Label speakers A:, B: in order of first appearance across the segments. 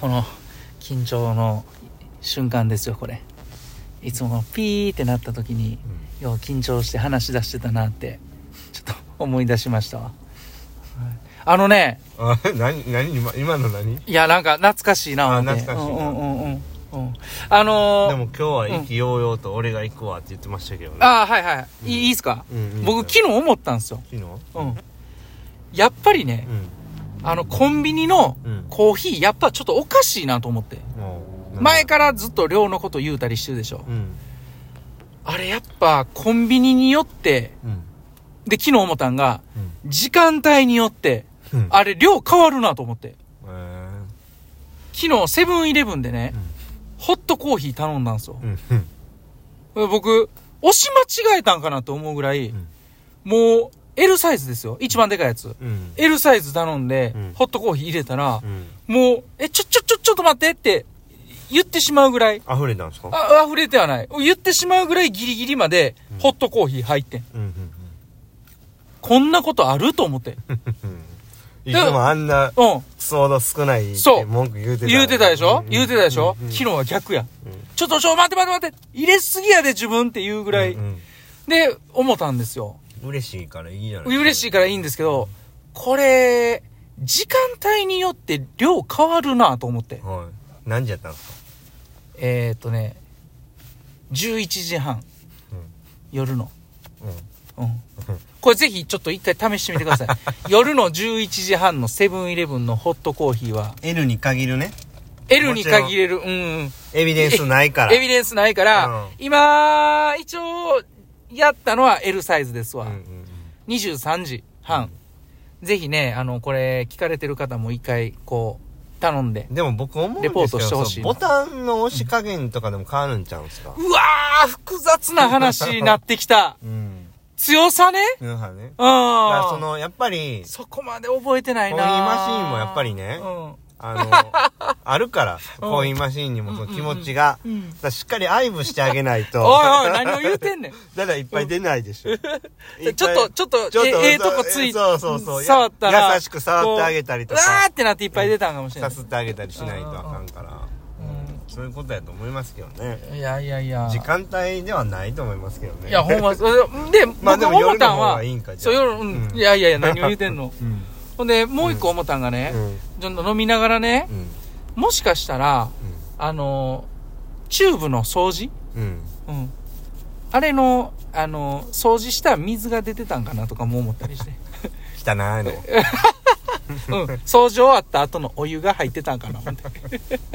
A: この緊張の瞬間ですよこれいつもこのピーってなった時によう緊張して話し出してたなってちょっと思い出しましたわはいあのね
B: あ何何今今の何で
A: いやなんか懐かしいな
B: あ
A: 思って
B: 懐かしいな
A: うんうんうんうんうんあのー、
B: も今日は意気揚々と俺が行くわって言ってましたけどね
A: ああはいはい、いいいいっすか、
B: うん
A: 僕昨日思ったんですよ、
B: 昨日
A: うん、やっぱりね
B: う、ん
A: あのコンビニの
B: うん
A: コーヒーやっぱちょっとおかしいなと思って
B: もう
A: 前からずっと量のこと言うたりしてるでしょ
B: うん
A: あれやっぱコンビニによって
B: うん
A: で昨日思ったんが
B: うん
A: 時間帯によって
B: うん
A: あれ量変わるなと思って
B: えー
A: 昨日セブンイレブンでね、
B: うん
A: ホットコーヒー頼んだんですよ
B: うんうん
A: 僕押し間違えたんかなと思うぐらい、
B: ん
A: もう L サイズですよ一番でかいやつ、
B: うん
A: L サイズ頼んで、
B: うん
A: ホットコーヒー入れたら、
B: うん
A: もう、え、ちょ、ちょ、ちょ、ちょっと待ってって言ってしまうぐらい、
B: 溢れたんですか
A: あ、溢れてはない。言ってしまうぐらいギリギリまで
B: うん、
A: ホットコーヒー入ってん。
B: うんうん
A: こんなことあると思って。
B: うんうんいつもあんな
A: う
B: クソほど少ないって
A: そう
B: 文句言うて
A: ん。
B: た
A: 言うてたでしょ言うてたでしょ
B: うんうん
A: 昨日は逆や
B: うん。
A: ちょっと、ちょ、待って待って待って入れすぎやで自分っていうぐらい
B: うん。
A: で、思ったんですよ。
B: うん嬉しいからいいじゃない
A: 嬉しいからいいんですけど、これ、時間帯によって量変わるなと思って。
B: はい何時やったんですか
A: えー、っとね、11時半、
B: うん
A: 夜の。
B: う
A: うん。これぜひちょっと一回試してみて ください。夜の11時半のセブンイレブンのホットコーヒーは、
B: ん L に限るね
A: L に限れる、うん、うん。
B: エビデンスないから
A: エビデンスないから、
B: うん
A: 今、一応、やったのは L サイズですわ。
B: うんうん
A: 23時半。ぜひね、あの、これ、聞かれてる方も一回、こう、頼んで
B: う。んでも僕思うん
A: レポ
B: で
A: ー
B: す
A: ト
B: け
A: してほし
B: どそ
A: い
B: の
A: な
B: ボタンの押し加減とかでも変わるんちゃうんすか。
A: うわー、複雑な話になってきた
B: うん
A: 強さね
B: うんはね
A: うん。
B: だからそのやっぱり
A: そこまで覚えてないな
B: コーヒーマシーンもやっぱりね
A: う
B: あの あるからコーヒーマシーンにもその気持ちが
A: ん。うん
B: だからしっかり愛撫してあげないと
A: おいおい、何を言うてんねん。
B: だ からいっぱい出ないでしょいっぱい
A: ちょっと、ちょっと、
B: ちょっと
A: えええとこつい
B: そうそうそう
A: 触ったら。
B: 優しく触ってあげたりとか
A: こううわーってなっていっぱい出たんかもしれな
B: さ
A: い。
B: すってあげたりしないとあかんからそういうことやと思いますけどね
A: うんいやいやいや。
B: 時間帯ではないと思いますけどね
A: いや、ほんま、それで、
B: まあ
A: 僕
B: でも
A: 思ったん
B: 夜の方
A: は
B: がいいんか、じゃ
A: そう、
B: あ
A: 夜、うん
B: うん
A: いやいやいや、何を言うてん の。
B: うん
A: ほんで、もう一個思ったんがね
B: う、ん
A: ちょっと飲みながらね
B: う、ん
A: もしかしたら、あのー、チューブの掃除
B: うん
A: うん。あれの、あのー、掃除した水が出てたんかなとかも思ったり して。
B: 汚いの
A: うん、掃除終わった後のお湯が入ってたんかな思って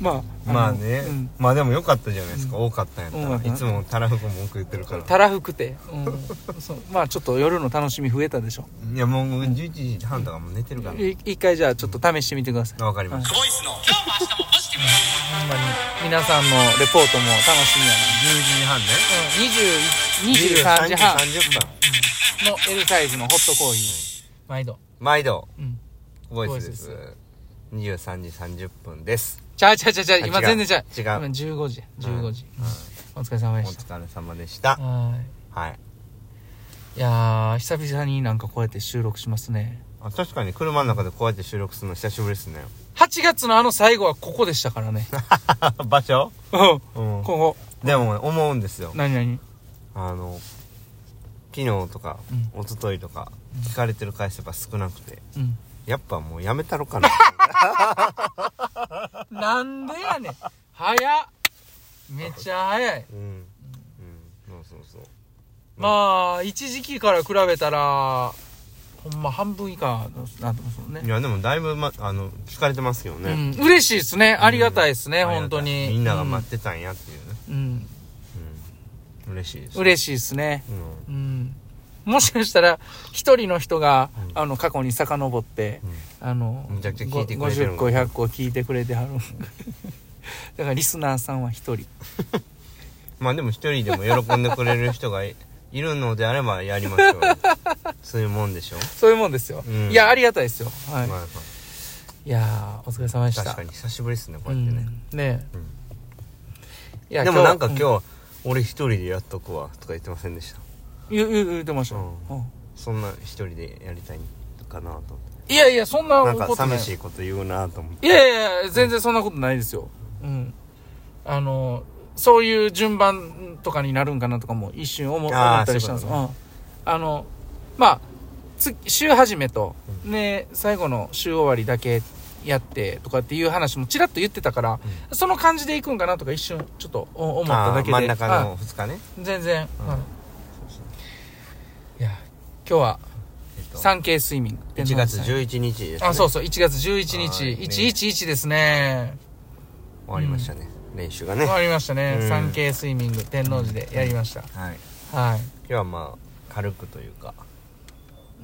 A: まあ
B: まあね
A: うん
B: まあでも良かったじゃないですか多かったんやった
A: 多かっ
B: ら
A: た
B: いつもたらふく文句言ってるから
A: たらふくて、うん、そうまあちょっと夜の楽しみ増えたでしょ
B: いやもう11時半とかもう寝てるから
A: い一回じゃあちょっと試してみてください
B: わかりました
A: ほんまに皆さんのレポートも楽しみ
B: 11時
A: やな、
B: 半ね
A: うん、20 23時半
B: 30分
A: の L サイズのホットコーヒー毎度
B: 毎度
A: うん
B: ボイスで
A: ボ
B: す23時30分です
A: ちゃうちゃうちゃうちゃう
B: あ
A: 今
B: 違う
A: 全然ちゃう
B: 違う
A: 今15時15時、
B: うん
A: お疲れ様
B: お
A: でした
B: 疲れ様でした
A: は
B: はい
A: いいやー久々になんかこうやって収録しますね
B: あ確かに車の中でこうやって収録するの久しぶ りですね
A: 8月のあの最後はここでしたから ね。
B: 場所
A: うん。こ
B: うん
A: こ。
B: でも思うんですよ
A: 何々。
B: あの昨日とか一昨日とか聞かれてる回数が少なくて
A: うん。
B: やっぱもうやめたろ かな
A: なんでやねん。早っ。めっちゃ早い。
B: うんうんそうそうそう
A: まあ、一時期から比べたら、ほんま半分以下だと思うね
B: い。やでもだいぶ、ま、あの聞かれてますけど
A: う
B: ね、
A: ん。嬉しいですね。ありがたいです
B: あ
A: ね、
B: りがたい
A: 本当に。
B: みんなが待ってたんやっていうね、
A: うん。うん。
B: うん、嬉しいです
A: 嬉しいですね。
B: う
A: う
B: ん
A: ん。もしかしたら、一人の人が、あの、過去に遡って、あの、
B: むちゃくちゃ聞いてくれてる
A: 50
B: の
A: 個、100個聞いてくれて はる。だから、リスナーさんは一人。
B: まあでも一人でも喜んでくれる人がいいるのであればやりま しょうよそういうもんでしょ、
A: そういうもんですよ。
B: うん
A: いや、ありがたいですよ。はい。
B: まあま
A: いやーお疲れ様で
B: あ
A: した。
B: 確かに久しぶりですねこ
A: う
B: うやってね、
A: ん。ね
B: うん
A: えいや
B: でもなんか
A: 日、
B: 今日俺一人でやっとくわとか言ってませんでした
A: うん言う言う言ってました。
B: う
A: うんん
B: そんな一人でやりたいとかなと思って
A: いやいやそんな
B: なん
A: こ
B: か
A: とない
B: 寂しいこと言うなと思って
A: いやいやいや全然そんなことないですようんあのそういう順番とかになるんかなとかも一瞬思思
B: あー
A: ったりしたんです
B: そう
A: よ
B: いう
A: うんあのまあつ週始めと、ね最後の週終わりだけやってとかっていう話もちらっと言ってたから、その感じでいくんかなとか一瞬ちょっとお思っただけで
B: あー真ん中
A: あ
B: の2日ね
A: 全然、
B: うん
A: はいいや今日は
B: えっと
A: 産経スイミング
B: 1月
A: 11
B: 11日ですね
A: あそうそう1月11日
B: はいね
A: 111ですね
B: 終わりましたね練習がね
A: 終
B: は
A: わりましたね
B: うん
A: 産経スイミング天王寺でやりました
B: い
A: はい
B: 今日はまあ軽くというか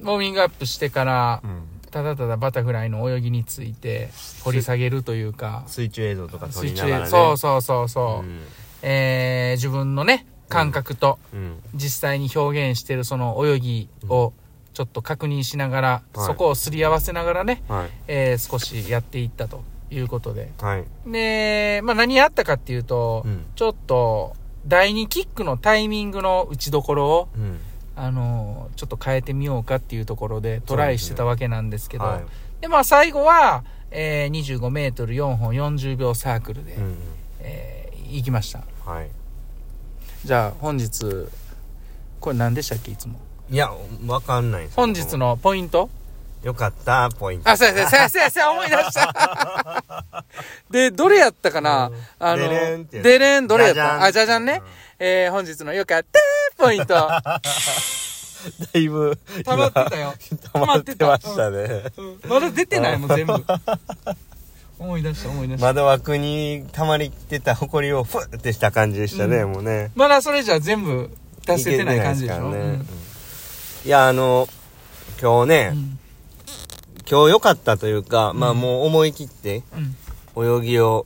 A: ウォーミングアップしてから
B: うん
A: ただただバタフライの泳ぎについて掘り下げるというか
B: 水中映像とか撮り
A: 水
B: なが
A: 中
B: らね
A: そうそうそうそううんえー自分のね感覚と
B: うん
A: 実際に表現してるその泳ぎをちょっと確認しながら
B: はい
A: そこをすり合わせながらね
B: はい
A: えー少しやっていったということで
B: はい
A: で、まあ、何やったかっていうと、
B: うん
A: ちょっと第2キックのタイミングの打ちどころを、
B: うん
A: あのちょっと変えてみようかっていうところでトライしてたわけなんですけどで,、
B: は
A: まあ最後は、えー、25m4 本40秒サークルで、
B: いうん
A: えー行きました
B: はい
A: じゃあ本日これ何でしたっけいつも
B: いやわかんないです
A: 本日のポイント
B: よかった ポイント
A: あそうやそうやそうやそうや思い出した でどれやったかな、
B: うん
A: あの
B: デレンってやつ
A: デレンどれやっ
B: じゃじゃ
A: た
B: ん
A: あじゃじゃんね、えー本日のよかったポイント
B: だいぶ
A: 溜まってたよ
B: 溜まってましたね
A: まだ出てないもん 全部思い出した思い出した
B: 窓枠に溜まりてた埃をふってした感じでしたねもうね
A: まだそれじゃ全部出せてない感じでし
B: い
A: ょ
B: けてない
A: うん
B: すからねうんいやあの今日ね
A: うん
B: 今日良かったというかまあもう思い切って
A: うん
B: 泳ぎを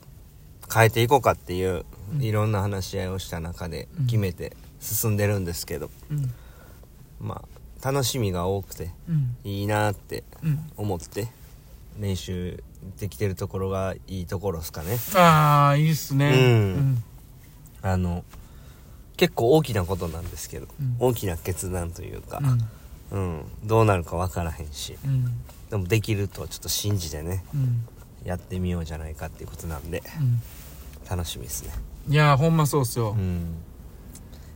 B: 変えていこうかっていういろんな話し合いをした中で
A: うん
B: 決めて進んでるんですけど
A: うん
B: まあ楽しみが多くて
A: うん
B: いいなって
A: うん
B: 思って練習できてるところがいいところですかね
A: ああいいっすね
B: うんあの結構大きなことなんですけど、
A: うん
B: 大きな決断というか
A: うんうん
B: うん、どうなるか分からへんし
A: うん
B: でもできるとちょっと信じてね
A: うん
B: やってみようじゃないかっていうことなんで楽しみですね
A: うんいやーほんまそうっすよ、
B: うん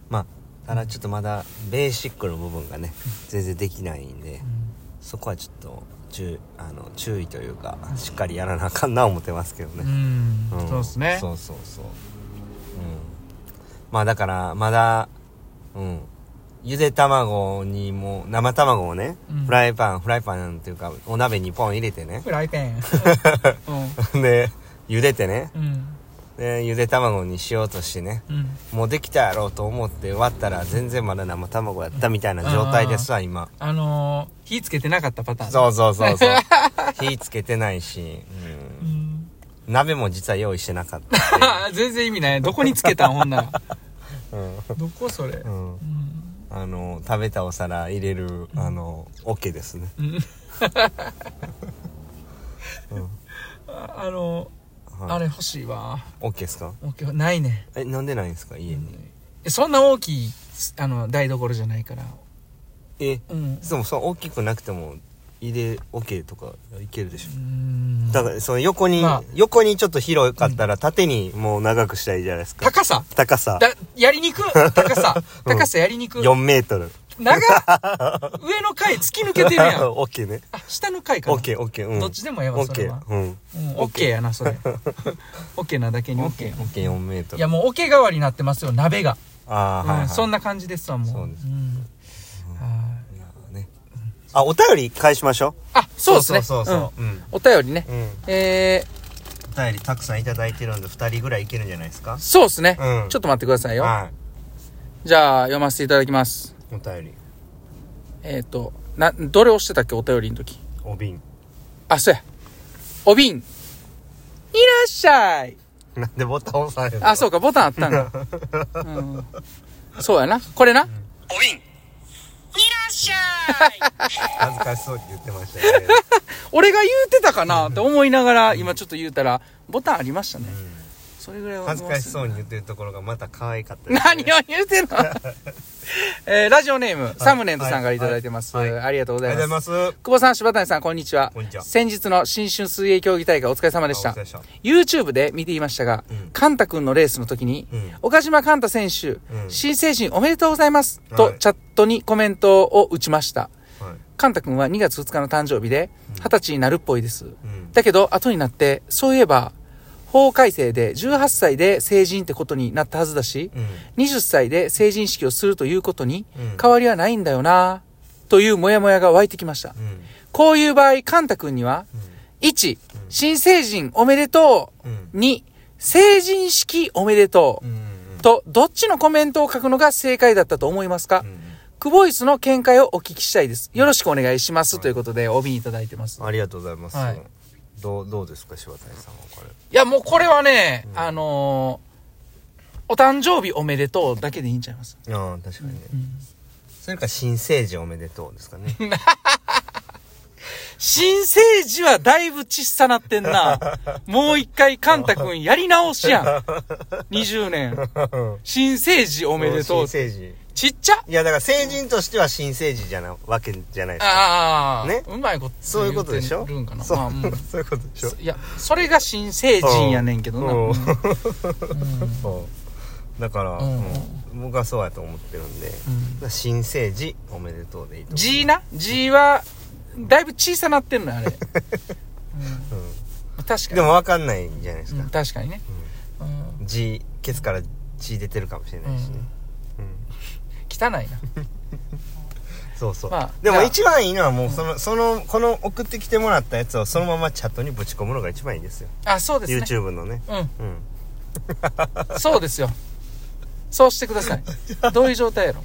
B: まあただちょっとまだベーシックの部分がね全然できないんでそこはちょっと注あの注意というかしっかりやらなあかんな思ってますけど
A: う
B: ね、
A: ん、
B: ん
A: そうっすね
B: そうそうそううんまあだからまだうんゆで卵にも生卵をね、
A: うん
B: フライパンフライパンっていうかお鍋にポン入れてね
A: フライペンうん
B: で茹でてね
A: うん
B: でゆで卵にしようとしてね
A: うん
B: もうできたやろうと思って割ったら全然まだ生卵やったみたいな状態ですわ今
A: あのー、火つけてなかったパターン
B: そうそうそうそう 火つけてないし、
A: う、ん、
B: うん、鍋も実は用意してなかったっ
A: 全然意味ないどこにつけたんほんなら
B: ていう、
A: どこそれ、
B: うんうん
A: うん
B: あの食べたお皿入れるあのオケですね、
A: うんああの
B: はい、
A: あれ欲しいわ
B: オケですか
A: もう今日ないね
B: えなんでないんですか家に、
A: えそんな大きいあの台所じゃないから
B: え
A: うん
B: でもそう大きくなくても入れオケとかいけるでしょ
A: う、ん
B: だからその横に、
A: まあ
B: 横にちょっと広かったら縦にもう長くしたらいいじゃないですか
A: 高さ
B: 高さ
A: だやりにく高さ
B: うん
A: 高さやりにく、
B: 4メートル
A: 長っ上の階突き抜けてる やん
B: オッケーね
A: あ下の階か
B: オ
A: な
B: ッケーオッケーうん
A: どっちでもええわ
B: オ
A: そ
B: ッ
A: れ
B: ケ
A: は
B: ーうん
A: うんオッケーやな それオッケーなだけにオッケー
B: オッケー4メート
A: い
B: ル
A: やもうオケ代わりになってますよ鍋が、
B: ああはい、は
A: うん
B: い、
A: そんな感じですわもう
B: そうです
A: んはい
B: いやねあお便り返しましょ
A: あ
B: う
A: そうですね
B: そうそうそううん
A: うんお便りね
B: うん
A: え
B: お便りたくさんいただいてるんで2人ぐらいいけるんじゃないですか
A: ー、そうですね、
B: うん
A: ちょっと待ってくださいよ、
B: は
A: じゃあ読ませていただきます
B: いお便り
A: えっ、となどれ押してたっけお便りの時
B: お瓶
A: あそうやお瓶いらっしゃい
B: なんでボタン押される
A: あそうかボタンあったん だ、うん、そうやなこれな、
B: お瓶
C: いらっしゃい
B: 恥ずかしそうって言ってましたよね
A: 俺が言うてたかなって思いながら今ちょっと言うたらボタンありましたね、それぐらいは
B: 恥ずかしそうに言ってるところがまた可愛かったですね
A: 何を言うてん のえーラジオネーム、サムネントさんからいただいてます、
B: はいはい
A: ありがとうご
B: あ
A: ざ
B: り
A: い
B: がと
A: ま
B: う
A: す
B: ございます
A: 久保さん柴谷さんこんにちは
B: こんにちは
A: 先日の新春水泳競技大会お疲れ様でし
B: あ
A: た
B: お疲れ様で
A: YouTube で見ていましたが、
B: うん
A: カンタ君のレースの時に、
B: うん
A: 岡島カンタ選手、
B: うん
A: 新成人おめでとうございます、と
B: はい
A: チャットにコメントを打ちました
B: したはい
A: カンタ君は2月2日の誕生日で
B: うん
A: 20歳になるっぽいです、
B: うん
A: だけど後になってそういえば法改正で18歳で成人ってことになったはずだし、
B: うん
A: 20歳で成人式をするということに
B: うん
A: 変わりはないんだよなというモヤモヤが湧いてきました
B: う。ん
A: こういう場合、カンタ君には、1、新成人おめでと
B: うんうん
A: う !2、成人式おめでと
B: うんうん
A: うと、どっちのコメントを書くのが正解だったと思いますか
B: うんうん
A: クボイスの見解をお聞きしたいです。よろしくお願いします。ということで、帯いただいてます。
B: ありがとうございます、
A: はい
B: どうどうですか柴谷さんはこれ
A: いや、もうこれはね、
B: うん
A: あのーお誕生日おめでとうだけでいいんちゃいます。
B: ああ確かにね、それか新成人おめでとうですかね
A: 新生児はだいぶちっさなってんな。 もう一回、カンタくんやり直しやん。20年。新生児お
B: お
A: めでとう
B: 新。成人
A: ちっちゃ
B: いやだから成人としては新成人じゃなわけじゃないですか
A: ああ、
B: ね
A: うまいこと
B: そういうことでし
A: 言
B: ょ
A: うてるんかな。
B: そう,、
A: まあ、うん
B: そういうことでしょ
A: いや、それが新成人やねんけどな。
B: うん
A: うん
B: そうだから、
A: うん
B: うん僕はそうやと思ってるんで、新成人おめでとうでいいと思う
A: G な ?G は、だいぶ小さなってんのよ、あれ。うん
B: う
A: 確か
B: ん、
A: に
B: で。も分かんないんじゃないです
A: う
B: か
A: ん、確かにね。うん
B: 字ケツから血出てるかもしれないしね、うん
A: 汚いな。
B: そうそう、
A: まあじ
B: でも
A: ゃあ
B: 一番いいのはもうその,、そのこの送ってきてもらったやつをそのままチャットにぶち込むのが一番いいですよ
A: あ、そうですね。
B: YouTube のね
A: うん。
B: うん
A: そうですよ。そうしてください。どういう状態やろ。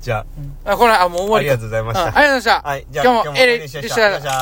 B: じゃ
A: あ、これ、あ、もう終
B: あ
A: わ
B: あ
A: り
B: り
A: か
B: がとうございまし
A: うん
B: た
A: ありがとうございました。
B: はいじゃあ今日も
A: エ
B: エ
A: レ
B: レ
A: で
B: で
A: し
B: したた。